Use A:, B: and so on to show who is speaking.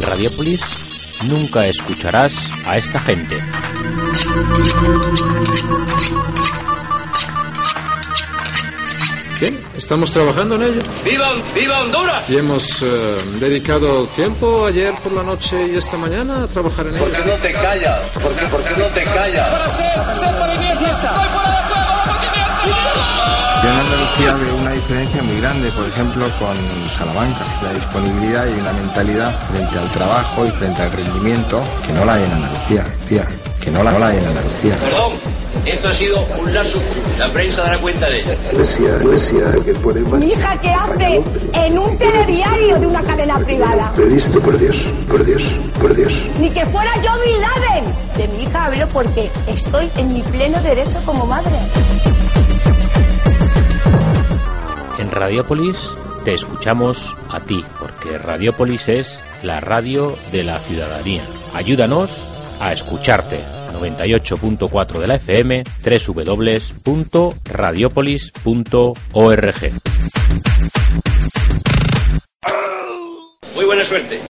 A: Radiopolis nunca escucharás a esta gente.
B: Bien, estamos trabajando en ello.
C: ¡Viva, viva Honduras!
B: Y hemos eh, dedicado tiempo ayer por la noche y esta mañana a trabajar en ello.
D: ¿Por qué no te callas? ¿Por qué, por qué no te callas?
E: Para ser, ser para Inés Niesta. ¡Voy fuera de juego! ¡Vamos, Iniesta!
F: Yo en Andalucía veo una diferencia muy grande, por ejemplo, con Salamanca. La disponibilidad y una mentalidad frente al trabajo y frente al rendimiento que no la hay en Andalucía, tía. Que no la, no la hay en Andalucía.
C: Perdón, esto ha sido un lazo. La prensa dará cuenta de ello.
G: Poesía, poesía que pone más.
H: Mi hija que hace en un telediario de una cadena privada.
G: Previsto por Dios, por Dios, por Dios.
H: Ni que fuera yo Bin Laden. De mi hija hablo porque estoy en mi pleno derecho como madre.
A: En Radiopolis te escuchamos a ti, porque Radiopolis es la radio de la ciudadanía. Ayúdanos a escucharte. 98.4 de la FM, www.radiopolis.org.
C: Muy buena suerte.